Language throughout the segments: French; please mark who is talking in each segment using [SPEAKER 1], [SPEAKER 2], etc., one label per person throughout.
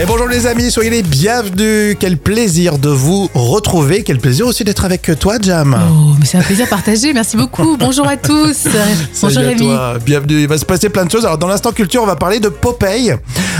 [SPEAKER 1] Et bonjour les amis, soyez les bienvenus. Quel plaisir de vous retrouver. Quel plaisir aussi d'être avec toi, Jam.
[SPEAKER 2] Oh, mais c'est un plaisir partagé, merci beaucoup. Bonjour à tous.
[SPEAKER 1] Salut
[SPEAKER 2] Bonjour
[SPEAKER 1] à
[SPEAKER 2] Rémi.
[SPEAKER 1] toi. Bienvenue. Il va se passer plein de choses. Alors dans l'instant culture, on va parler de Popeye.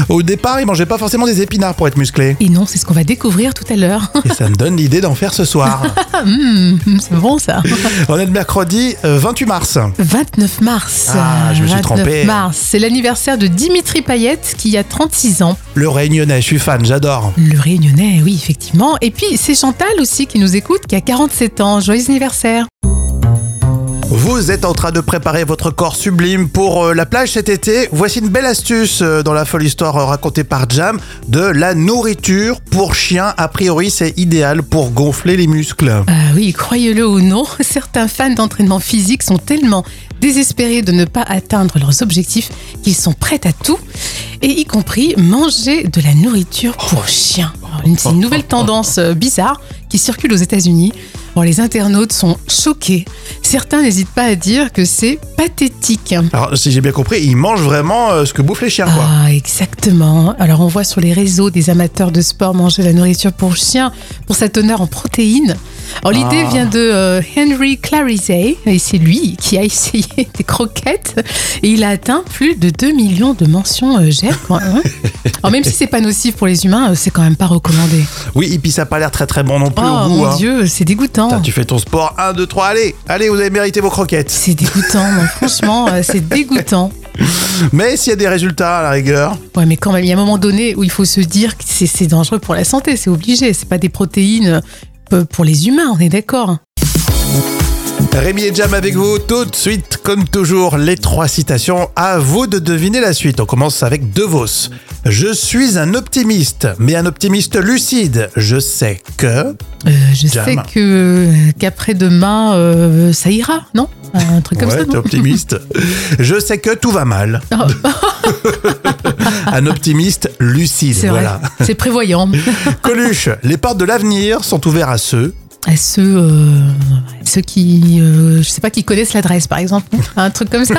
[SPEAKER 1] Au départ, il mangeait pas forcément des épinards pour être musclé.
[SPEAKER 2] Et non, c'est ce qu'on va découvrir tout à l'heure.
[SPEAKER 1] Et ça me donne l'idée d'en faire ce soir.
[SPEAKER 2] Ah, hum, c'est bon ça.
[SPEAKER 1] On est le mercredi euh, 28 mars.
[SPEAKER 2] 29 mars.
[SPEAKER 1] Ah, je me suis
[SPEAKER 2] 29
[SPEAKER 1] trompé.
[SPEAKER 2] mars, c'est l'anniversaire de Dimitri Payette qui a 36 ans.
[SPEAKER 1] Le Réunionnais, je suis fan, j'adore.
[SPEAKER 2] Le Réunionnais, oui, effectivement. Et puis c'est Chantal aussi qui nous écoute qui a 47 ans. Joyeux anniversaire.
[SPEAKER 1] Vous êtes en train de préparer votre corps sublime pour euh, la plage cet été. Voici une belle astuce euh, dans la folle histoire euh, racontée par Jam de la nourriture pour chien. A priori, c'est idéal pour gonfler les muscles.
[SPEAKER 2] Ah oui, croyez-le ou non, certains fans d'entraînement physique sont tellement désespérés de ne pas atteindre leurs objectifs qu'ils sont prêts à tout, et y compris manger de la nourriture pour chien. Alors, une- C'est une nouvelle tendance euh, bizarre qui circule aux États-Unis. Bon, les internautes sont choqués. Certains n'hésitent pas à dire que c'est pathétique.
[SPEAKER 1] Alors, si j'ai bien compris, il mange vraiment euh, ce que bouffent les chiens, quoi.
[SPEAKER 2] Ah, exactement. Alors, on voit sur les réseaux des amateurs de sport manger la nourriture pour chien pour sa teneur en protéines. Alors, l'idée
[SPEAKER 1] Ah.
[SPEAKER 2] vient de euh, Henry Clarizet, et c'est lui qui a essayé des croquettes, et il a atteint plus de 2 millions de mentions euh, j'aime, quoi, hein. Alors, même si c'est pas nocif pour les humains, euh, c'est quand même pas recommandé.
[SPEAKER 1] Oui, et puis ça a pas l'air très très bon non
[SPEAKER 2] Ah. Oh
[SPEAKER 1] plus au goût.
[SPEAKER 2] mon
[SPEAKER 1] hein.
[SPEAKER 2] Dieu, c'est dégoûtant.
[SPEAKER 1] Putain, tu fais ton sport, 1, 2, 3, allez, allez, vous avez mérité vos croquettes.
[SPEAKER 2] C'est dégoûtant, non, franchement, euh, c'est dégoûtant.
[SPEAKER 1] Mais s'il y a des résultats à la rigueur,
[SPEAKER 2] Ouais, mais quand même, il y a un moment donné où il faut se dire que c'est- c'est dangereux pour la santé, c'est obligé. C'est pas des protéines euh, pour les humains, on est d'accord.
[SPEAKER 1] Rémi et Jam avec vous tout de suite, comme toujours, les trois citations. À vous de deviner la suite. On commence avec Devos. Je suis un optimiste, mais un optimiste lucide. Je sais que.
[SPEAKER 2] Euh, je
[SPEAKER 1] Jam.
[SPEAKER 2] sais que qu'après demain, ça ira, non Un truc comme
[SPEAKER 1] ouais,
[SPEAKER 2] ça.
[SPEAKER 1] t'es
[SPEAKER 2] non
[SPEAKER 1] optimiste. Je sais que tout va mal.
[SPEAKER 2] Oh.
[SPEAKER 1] un optimiste lucide.
[SPEAKER 2] C'est vrai,
[SPEAKER 1] Voilà.
[SPEAKER 2] c'est prévoyant.
[SPEAKER 1] Coluche, les portes de l'avenir sont ouvertes à ceux.
[SPEAKER 2] À ceux, euh, ceux qui, euh, je sais pas, qui connaissent l'adresse, par exemple, hein, un truc comme ça.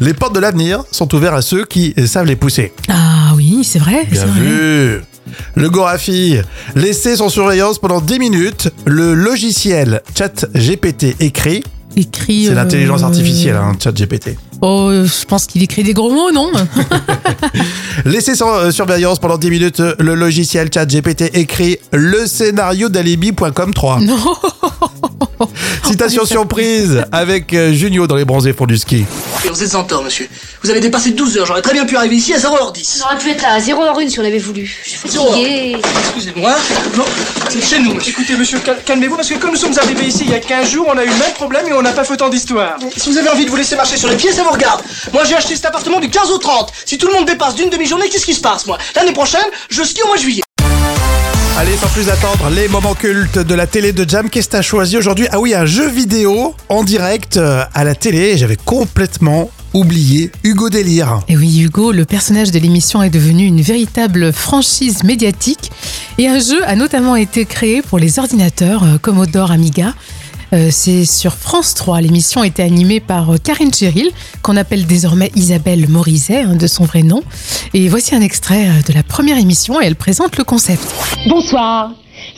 [SPEAKER 1] Les portes de l'avenir sont ouvertes à ceux qui savent les pousser.
[SPEAKER 2] Ah oui, c'est vrai.
[SPEAKER 1] Bien
[SPEAKER 2] c'est vrai.
[SPEAKER 1] vu Le Gorafi, laissez son surveillance pendant 10 minutes. Le logiciel ChatGPT écrit,
[SPEAKER 2] Écrit.
[SPEAKER 1] c'est
[SPEAKER 2] euh,
[SPEAKER 1] l'intelligence artificielle, hein, ChatGPT.
[SPEAKER 2] Oh, euh, je pense qu'il écrit des gros mots, non
[SPEAKER 1] Laissez son euh, surveillance pendant 10 minutes. Le logiciel ChatGPT écrit le scénario d'alibi.com 3.
[SPEAKER 2] Non.
[SPEAKER 1] Citation surprise avec euh, Junio dans les bronzés fonds du ski.
[SPEAKER 3] Et vous êtes en tort, monsieur. Vous avez dépassé 12 heures. J'aurais très bien pu arriver ici à 0h10.
[SPEAKER 4] J'aurais pu être là à 0h1 si on avait voulu. Je suis fatiguée.
[SPEAKER 3] Excusez-moi. Non, c'est chez nous, monsieur.
[SPEAKER 5] Écoutez, monsieur, cal- calmez-vous parce que comme nous sommes arrivés ici il y a 15 jours, on a eu le même problème et on n'a pas fait tant d'histoire.
[SPEAKER 3] Si vous avez envie de vous laisser marcher sur les pieds, ça vous regarde. Moi, j'ai acheté cet appartement du 15 au 30. Si tout le monde dépasse d'une demi-journée, qu'est-ce qui se passe, moi L'année prochaine, je skie au mois de juillet.
[SPEAKER 1] Allez, sans plus attendre, les moments cultes de la télé de Jam. Qu'est-ce que t'as choisi aujourd'hui Ah oui, un jeu vidéo en direct euh, à la télé. J'avais complètement oublié Hugo Délire.
[SPEAKER 2] Et oui, Hugo, le personnage de l'émission est devenu une véritable franchise médiatique et un jeu a notamment été créé pour les ordinateurs euh, Commodore Amiga. Euh, C'est sur France 3. L'émission était animée par euh, Karine Cheryl, qu'on appelle désormais Isabelle Morizet, hein, de son vrai nom. Et voici un extrait euh, de la première émission et elle présente le concept.
[SPEAKER 6] Bonsoir.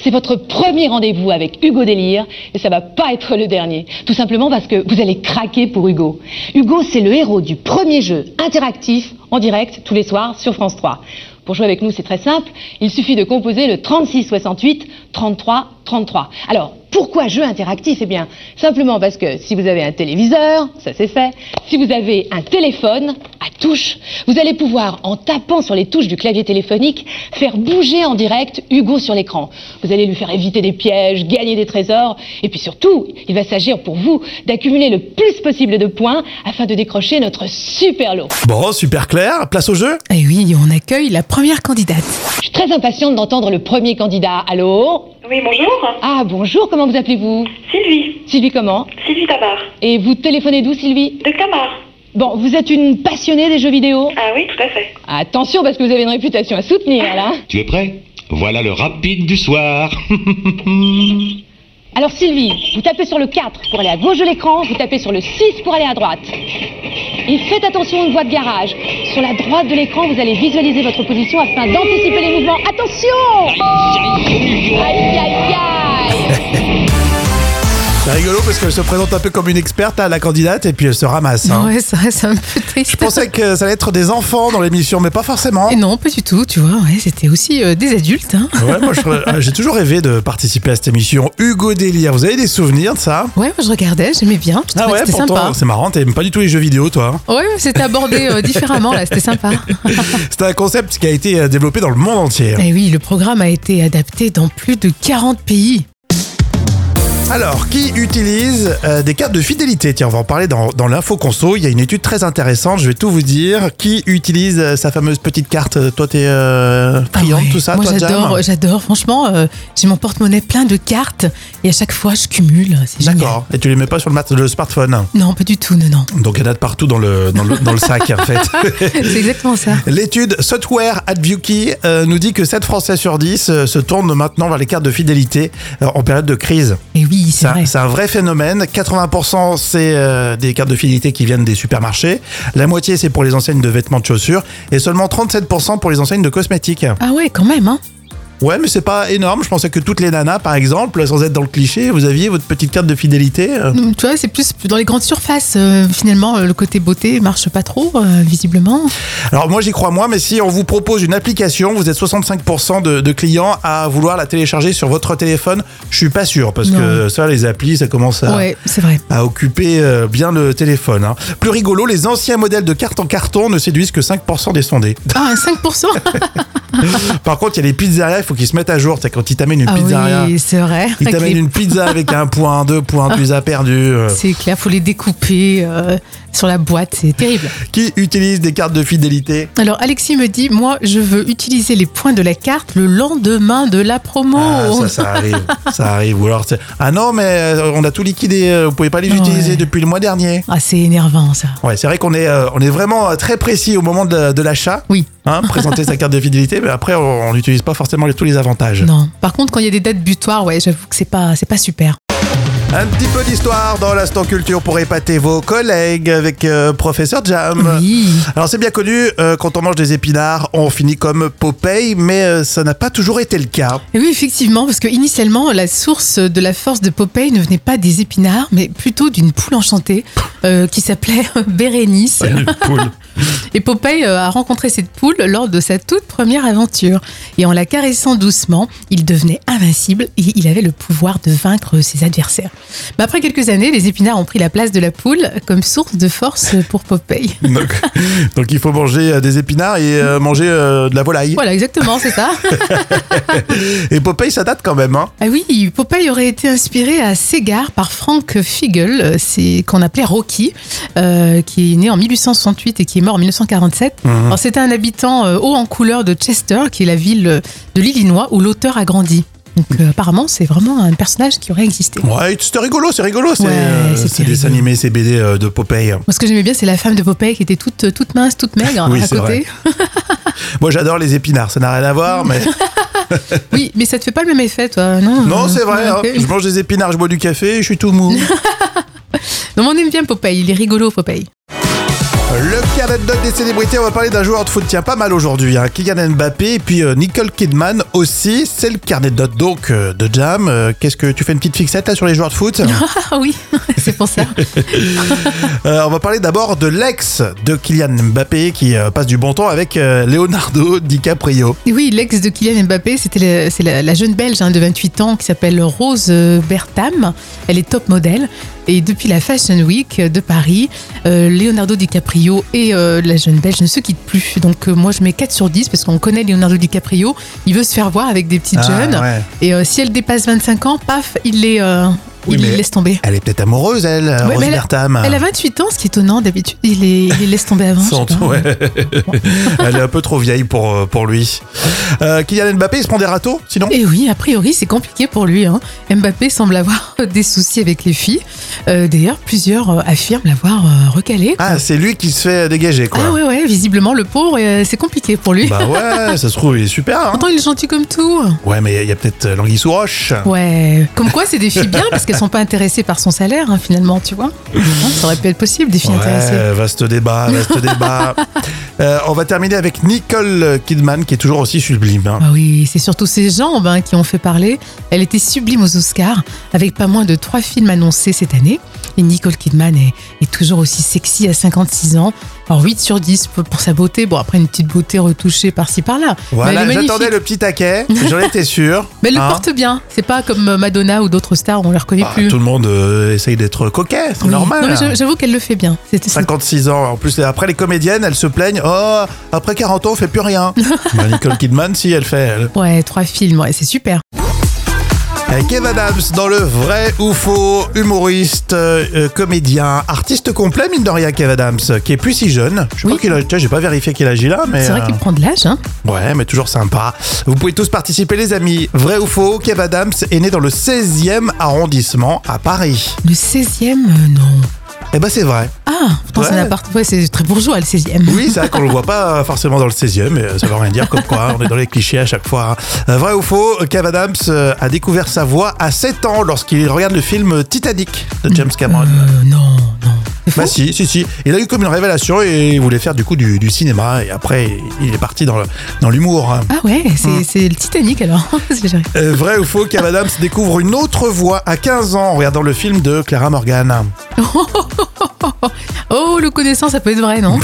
[SPEAKER 6] C'est votre premier rendez-vous avec Hugo Délire et ça va pas être le dernier. Tout simplement parce que vous allez craquer pour Hugo. Hugo, c'est le héros du premier jeu interactif en direct tous les soirs sur France 3. Pour jouer avec nous, c'est très simple. Il suffit de composer le 36 68 33 33. Alors, pourquoi jeu interactif Eh bien, simplement parce que si vous avez un téléviseur, ça c'est fait, si vous avez un téléphone à touche, vous allez pouvoir, en tapant sur les touches du clavier téléphonique, faire bouger en direct Hugo sur l'écran. Vous allez lui faire éviter des pièges, gagner des trésors, et puis surtout, il va s'agir pour vous d'accumuler le plus possible de points afin de décrocher notre super lot.
[SPEAKER 1] Bon, super clair. Place au jeu
[SPEAKER 2] Et oui, on accueille la première candidate.
[SPEAKER 6] Je suis très impatiente d'entendre le premier candidat. Allô
[SPEAKER 7] Oui, bonjour.
[SPEAKER 6] Ah bonjour, comment vous appelez-vous
[SPEAKER 7] Sylvie,
[SPEAKER 6] Sylvie comment
[SPEAKER 7] Sylvie Tabar,
[SPEAKER 6] Et vous téléphonez d'où Sylvie
[SPEAKER 7] de Clamart.
[SPEAKER 6] Bon, vous êtes une passionnée des jeux vidéo
[SPEAKER 7] Ah oui, tout à fait.
[SPEAKER 6] Attention parce que vous avez une réputation à soutenir là.
[SPEAKER 8] Tu es prêt Voilà le rapide du soir.
[SPEAKER 6] Alors Sylvie, vous tapez sur le 4 pour aller à gauche de l'écran, vous tapez sur le 6 pour aller à droite. Et faites attention aux voies de garage. Sur la droite de l'écran, vous allez visualiser votre position afin d'anticiper les mouvements. Attention Aïe, aïe, aïe
[SPEAKER 1] C'est rigolo parce qu'elle se présente un peu comme une experte à la candidate et puis elle se ramasse. hein.
[SPEAKER 2] Ouais, ça reste un peu triste.
[SPEAKER 1] Je pensais que ça allait être des enfants dans l'émission, mais pas forcément.
[SPEAKER 2] Et non, pas du tout, tu vois, ouais, c'était aussi euh, des adultes. Hein.
[SPEAKER 1] Ouais, moi, je- euh, j'ai toujours rêvé de participer à cette émission Hugo Délire. Vous avez des souvenirs de ça
[SPEAKER 2] Ouais, moi, je regardais, j'aimais bien, je trouvais
[SPEAKER 1] Ah ouais,
[SPEAKER 2] que Bah, c'était
[SPEAKER 1] pourtant,
[SPEAKER 2] sympa.
[SPEAKER 1] c'est marrant, t'aimes pas du tout les jeux vidéo, toi. hein.
[SPEAKER 2] Ouais, mais c'était abordé euh, différemment, là, c'était sympa.
[SPEAKER 1] C'est un concept qui a été euh, développé dans le monde entier.
[SPEAKER 2] Et Eh oui, le programme a été adapté dans plus de 40 pays.
[SPEAKER 1] Alors, qui utilise euh, des cartes de fidélité Tiens, on va en parler dans, dans l'info conso. Il y a une étude très intéressante, je vais tout vous dire. Qui utilise euh, sa fameuse petite carte Toi, t'es euh, friande,
[SPEAKER 2] Ah ouais.
[SPEAKER 1] tout ça
[SPEAKER 2] Moi,
[SPEAKER 1] toi, Jam
[SPEAKER 2] j'adore, j'adore. Franchement, euh, j'ai mon porte-monnaie plein de cartes et à chaque fois, je cumule. C'est génial.
[SPEAKER 1] D'accord. Et tu les mets pas sur le, mat- le smartphone.
[SPEAKER 2] Non, pas du tout, non, non.
[SPEAKER 1] Donc, elle a de partout dans le, dans le, dans le sac, en fait.
[SPEAKER 2] C'est exactement ça.
[SPEAKER 1] L'étude Software at Viewkey, euh, nous dit que 7 Français sur 10 euh, se tournent maintenant vers les cartes de fidélité euh, en période de crise.
[SPEAKER 2] Et Eh oui,
[SPEAKER 1] C'est
[SPEAKER 2] c'est
[SPEAKER 1] un,
[SPEAKER 2] vrai.
[SPEAKER 1] c'est un vrai phénomène. 80% c'est euh, des cartes de fidélité qui viennent des supermarchés. La moitié c'est pour les enseignes de vêtements de chaussures et seulement 37% pour les enseignes de cosmétiques.
[SPEAKER 2] Ah ouais, quand même, hein.
[SPEAKER 1] Ouais, mais c'est pas énorme. Je pensais que toutes les nanas, par exemple, sans être dans le cliché, vous aviez votre petite carte de fidélité. euh.
[SPEAKER 2] Mm, Tu vois, c'est plus dans les grandes surfaces. euh, finalement, euh, le côté beauté marche pas trop, euh, visiblement.
[SPEAKER 1] Alors moi j'y crois moi, mais si on vous propose une application, vous êtes 65% de, de clients à vouloir la télécharger sur votre téléphone. Je suis pas sûr parce que ça, les applis, ça commence à,
[SPEAKER 2] Ouais, c'est vrai.
[SPEAKER 1] à occuper euh, bien le téléphone. hein. Plus rigolo, les anciens modèles de cartes en carton ne séduisent que 5% des sondés.
[SPEAKER 2] Ah, 5%
[SPEAKER 1] Par contre, il y a les pizzerias, il faut qu'ils se mettent à jour. C'est quand ils t'amènent une
[SPEAKER 2] Ah
[SPEAKER 1] pizzeria,
[SPEAKER 2] oui, c'est vrai.
[SPEAKER 1] ils
[SPEAKER 2] Avec
[SPEAKER 1] t'amènent
[SPEAKER 2] les-
[SPEAKER 1] une pizza avec un point, deux points, tu les as perdus. euh.
[SPEAKER 2] C'est clair, faut les découper euh, sur la boîte, c'est terrible.
[SPEAKER 1] Qui utilise des cartes de fidélité
[SPEAKER 2] Alors Alexis me dit, moi je veux utiliser les points de la carte le lendemain de la promo.
[SPEAKER 1] Ah, ça, ça arrive, ça arrive. Ou alors, c'est, ah non, mais euh, on a tout liquidé, euh, vous pouvez pas les
[SPEAKER 2] Ouais.
[SPEAKER 1] utiliser depuis le mois dernier.
[SPEAKER 2] Ah, c'est énervant ça.
[SPEAKER 1] Ouais, c'est vrai qu'on est, euh, on est vraiment euh, très précis au moment de, de l'achat.
[SPEAKER 2] Oui.
[SPEAKER 1] Hein, présenter sa carte de fidélité, mais après, on on n'utilise pas forcément les- tous les avantages.
[SPEAKER 2] Non. Par contre, quand il y a des dates butoirs, ouais, j'avoue que c'est pas, c'est pas super.
[SPEAKER 1] Un petit peu d'histoire dans l'instant culture pour épater vos collègues avec euh, professeur Jam.
[SPEAKER 2] Oui.
[SPEAKER 1] Alors c'est bien connu, euh, quand on mange des épinards, on finit comme Popeye, mais euh, ça n'a pas toujours été le cas.
[SPEAKER 2] Et oui, effectivement, parce que initialement, la source de la force de Popeye ne venait pas des épinards, mais plutôt d'une poule enchantée euh, qui s'appelait Bérénice. Et Popeye euh, a rencontré cette poule lors de sa toute première aventure. Et en la caressant doucement, il devenait invincible et il avait le pouvoir de vaincre ses adversaires. Mais après quelques années, les épinards ont pris la place de la poule comme source de force pour Popeye.
[SPEAKER 1] Donc, donc il faut manger euh, des épinards et euh, manger euh, de la volaille.
[SPEAKER 2] Voilà, exactement, c'est ça.
[SPEAKER 1] Et Popeye, ça date quand même. Hein.
[SPEAKER 2] Ah oui, Popeye aurait été inspiré à Ségard par Frank Figel, euh, c'est qu'on appelait Rocky, euh, qui est né en 1868 et qui est mort en 1947.
[SPEAKER 1] Hum.
[SPEAKER 2] Alors, C'était un habitant euh, haut en couleur de Chester, qui est la ville euh, de l'Illinois où l'auteur a grandi. Donc euh, apparemment, c'est vraiment un personnage qui aurait existé.
[SPEAKER 1] Ouais, c'était rigolo, c'est rigolo, c'est
[SPEAKER 2] Ouais,
[SPEAKER 1] euh,
[SPEAKER 2] c'était
[SPEAKER 1] ces dessins
[SPEAKER 2] rigolo.
[SPEAKER 1] animés, ces BD euh, de Popeye.
[SPEAKER 2] Moi, ce que j'aimais bien, c'est la femme de Popeye qui était toute, euh, toute mince, toute maigre
[SPEAKER 1] Oui,
[SPEAKER 2] à
[SPEAKER 1] c'est
[SPEAKER 2] côté.
[SPEAKER 1] vrai. Moi j'adore les épinards, ça n'a rien à voir, mais...
[SPEAKER 2] Oui, mais ça te fait pas le même effet, toi, non
[SPEAKER 1] Non, c'est vrai,
[SPEAKER 2] Ouais,
[SPEAKER 1] hein.
[SPEAKER 2] ok.
[SPEAKER 1] je mange des épinards, je bois du café, je suis tout mou.
[SPEAKER 2] Non, mais on aime bien Popeye, il est rigolo, Popeye.
[SPEAKER 1] Le Canada des célébrités, on va parler d'un joueur de foot tient pas mal aujourd'hui, hein. Kylian Mbappé et puis euh, Nicole Kidman aussi. C'est le carnet de notes donc euh, de Jam. Euh, Qu'est-ce que tu fais une petite fixette là sur les joueurs de foot
[SPEAKER 2] Ah oui, c'est pour ça.
[SPEAKER 1] Euh, On va parler d'abord de l'ex de Kylian Mbappé qui euh, passe du bon temps avec euh, Leonardo DiCaprio.
[SPEAKER 2] Et Oui, l'ex de Kylian Mbappé, c'était la- c'est la, la jeune Belge hein, de 28 ans qui s'appelle Rose euh, Bertam. Elle est top modèle. Et depuis la Fashion Week de Paris, euh, Leonardo DiCaprio et euh, la jeune Belge ne se quittent plus. Donc euh, moi, je mets 4 sur 10 parce qu'on connaît Leonardo DiCaprio. Il veut se faire voir avec des petites
[SPEAKER 1] Ah,
[SPEAKER 2] jeunes.
[SPEAKER 1] ouais.
[SPEAKER 2] Et euh, si elle dépasse 25 ans, paf, il les, euh,
[SPEAKER 1] Oui,
[SPEAKER 2] il
[SPEAKER 1] mais- Ah.
[SPEAKER 2] laisse tomber.
[SPEAKER 1] Elle est peut-être amoureuse, elle,
[SPEAKER 2] Ouais,
[SPEAKER 1] Rose
[SPEAKER 2] mais elle a-
[SPEAKER 1] Bertam.
[SPEAKER 2] Elle a 28 ans, ce qui est étonnant. D'habitude, il les, il les laisse tomber avant. je sais
[SPEAKER 1] Sans-
[SPEAKER 2] pas.
[SPEAKER 1] ouais. elle est un peu trop vieille pour, euh, pour lui. Euh, Kylian Mbappé, il se prend des râteaux, sinon
[SPEAKER 2] Et oui, a priori, c'est compliqué pour lui. hein. Mbappé semble avoir des soucis avec les filles. Euh, D'ailleurs, plusieurs euh, affirment l'avoir euh, recalé.
[SPEAKER 1] Ah, c'est lui qui se fait dégager, quoi.
[SPEAKER 2] Ah ouais, ouais, visiblement, le pauvre, euh, c'est compliqué pour lui.
[SPEAKER 1] Bah ouais, ça se trouve, il est super. hein.
[SPEAKER 2] Pourtant, il est gentil comme tout.
[SPEAKER 1] Ouais, mais il y a peut-être euh, l'anguille sous roche.
[SPEAKER 2] Ouais. Comme quoi, c'est des filles bien parce qu'elles sont pas intéressées par son salaire, hein, finalement, tu vois. Hein, ça aurait pu être possible, des filles intéressées.
[SPEAKER 1] Ouais, vaste débat, vaste débat. Euh, on va terminer avec Nicole Kidman, qui est toujours aussi sublime. hein.
[SPEAKER 2] Ah oui, c'est surtout ses jambes hein, qui ont fait parler. Elle était sublime aux Oscars, avec pas moins de trois films annoncés cette année. Et Nicole Kidman est, est toujours aussi sexy à 56 ans. Alors 8 sur 10 pour, pour sa beauté. Bon, après une petite beauté retouchée par-ci par-là. mais
[SPEAKER 1] Voilà,
[SPEAKER 2] elle est
[SPEAKER 1] j'attendais
[SPEAKER 2] magnifique.
[SPEAKER 1] le petit taquet, j'en étais sûr.
[SPEAKER 2] Mais elle le
[SPEAKER 1] hein.
[SPEAKER 2] porte bien. C'est pas comme Madonna ou d'autres stars, on ne les reconnaît
[SPEAKER 1] Bah,
[SPEAKER 2] plus.
[SPEAKER 1] tout le monde euh, essaye d'être coquet, c'est
[SPEAKER 2] Oui.
[SPEAKER 1] normal. hein.
[SPEAKER 2] Non, mais j'a- J'avoue qu'elle le fait bien. C'est- c'est-
[SPEAKER 1] 56 ans. En plus, après les comédiennes, elles se plaignent. Oh, après 40 ans, on fait plus rien. Bah, Nicole Kidman, si, elle fait. elle.
[SPEAKER 2] Ouais, trois films, ouais, c'est super.
[SPEAKER 1] Avec Kev Adams dans le vrai ou faux, humoriste, euh, euh, comédien, artiste complet, mine de rien, Kev Adams, qui est plus si jeune. Je sais
[SPEAKER 2] Oui.
[SPEAKER 1] pas qu'il a- tu sais, j'ai pas vérifié qu'il agit là, mais.
[SPEAKER 2] C'est vrai qu'il
[SPEAKER 1] euh,
[SPEAKER 2] prend de l'âge, hein.
[SPEAKER 1] Ouais, mais toujours sympa. Vous pouvez tous participer, les amis. Vrai ou faux, Kev Adams est né dans le 16e arrondissement à Paris.
[SPEAKER 2] Le 16e, euh, non.
[SPEAKER 1] Eh ben, c'est vrai.
[SPEAKER 2] Ah, pourtant c'est
[SPEAKER 1] Ouais.
[SPEAKER 2] un appart. Ouais, c'est très bourgeois le 16e.
[SPEAKER 1] Oui, c'est vrai qu'on le voit pas forcément dans le 16e, mais ça veut rien dire comme quoi, on est dans les clichés à chaque fois. Euh, Vrai ou faux, Kev Adams euh, a découvert sa voix à 7 ans lorsqu'il regarde le film Titanic de James Cameron.
[SPEAKER 2] Euh, non, non. C'est faux
[SPEAKER 1] Bah si, si, si. Il a eu comme une révélation et il voulait faire du coup du, du cinéma et après il est parti dans le- dans l'humour. hein.
[SPEAKER 2] Ah ouais, c'est c'est le Titanic alors. Parce que j'arrive-
[SPEAKER 1] Euh, vrai ou faux, Kev Adams découvre une autre voix à 15 ans en regardant le film de Clara Morgan.
[SPEAKER 2] oh, le connaissant, ça peut être vrai, non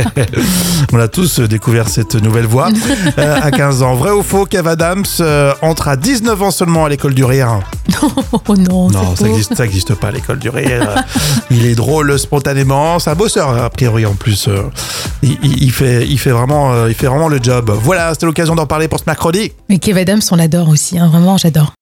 [SPEAKER 1] On a tous euh, découvert cette nouvelle voix euh, à 15 ans. Vrai ou faux, Kev Adams euh, entre à 19 ans seulement à l'école du rire.
[SPEAKER 2] Oh non,
[SPEAKER 1] Non,
[SPEAKER 2] c'est
[SPEAKER 1] ça
[SPEAKER 2] faux.
[SPEAKER 1] n'existe ça existe pas, l'école du rire. Euh, il est drôle spontanément. C'est un bosseur, hein, a priori, en plus. Euh, Il, il- il fait, il, fait vraiment, euh, il fait vraiment le job. Voilà, c'était l'occasion d'en parler pour ce mercredi.
[SPEAKER 2] Mais Kev Adams, on l'adore aussi, hein, vraiment, j'adore.